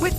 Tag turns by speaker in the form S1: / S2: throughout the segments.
S1: With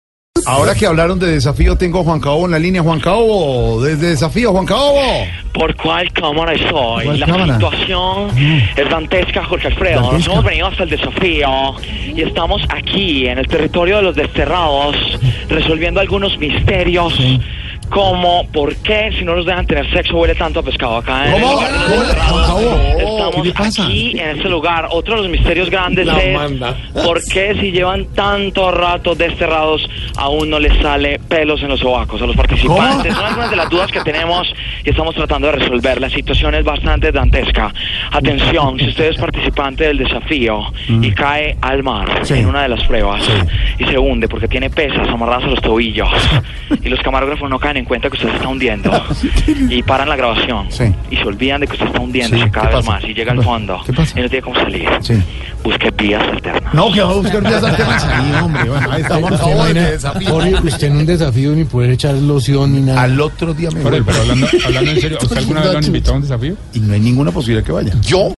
S2: Ahora que hablaron de desafío, tengo a Juan Caobo en la línea. Juan Caobo, desde desafío, Juan Caobo.
S3: ¿Por cuál cámara soy?
S2: ¿Cuál
S3: la
S2: cámara?
S3: situación es dantesca, Jorge Alfredo. Nos
S2: Dantesca.
S3: hemos venido hasta el desafío y estamos aquí, en el territorio de los desterrados, resolviendo algunos misterios. Como, ¿por qué si no nos dejan tener sexo huele tanto a pescado acá? en
S2: ¿Cómo?
S3: el lugar de los
S2: ¿Cómo?
S3: desterrados?
S2: Por favor. ¿Qué le
S3: Estamos
S2: pasa?
S3: aquí, en este lugar. Otro de los misterios grandes es, ¿por qué si llevan tanto rato desterrados aún no les sale pelos en los sobacos a los participantes? Son algunas de las dudas que tenemos y estamos tratando de resolver. La situación es bastante dantesca. Atención, si usted es participante del desafío
S2: Mm.
S3: y cae al mar en una de las pruebas y se hunde porque tiene pesas amarradas a los tobillos y los camarógrafos no caen en cuenta que usted se está hundiendo y paran la grabación
S2: Sí.
S3: y se olvidan de que usted está hundiendo
S2: Sí,
S3: y cada
S2: ¿qué
S3: vez
S2: pasa?
S3: más y llega al
S2: ¿Qué
S3: fondo
S2: pasa?
S3: y no tiene cómo salir.
S2: Sí.
S3: Busque vías alternas.
S2: No, que va a buscar vías alternas. Sí, hombre, bueno, ahí está Juan Caobo desde desafío.
S4: usted en un desafío ni poder echar loción ni nada.
S2: Al otro día me
S5: Jorge,
S2: vuelvo.
S5: pero hablando, hablando en serio, ¿a usted alguna vez lo han invitado a un desafío?
S2: Y no hay ninguna posibilidad que vaya. ¿Yo?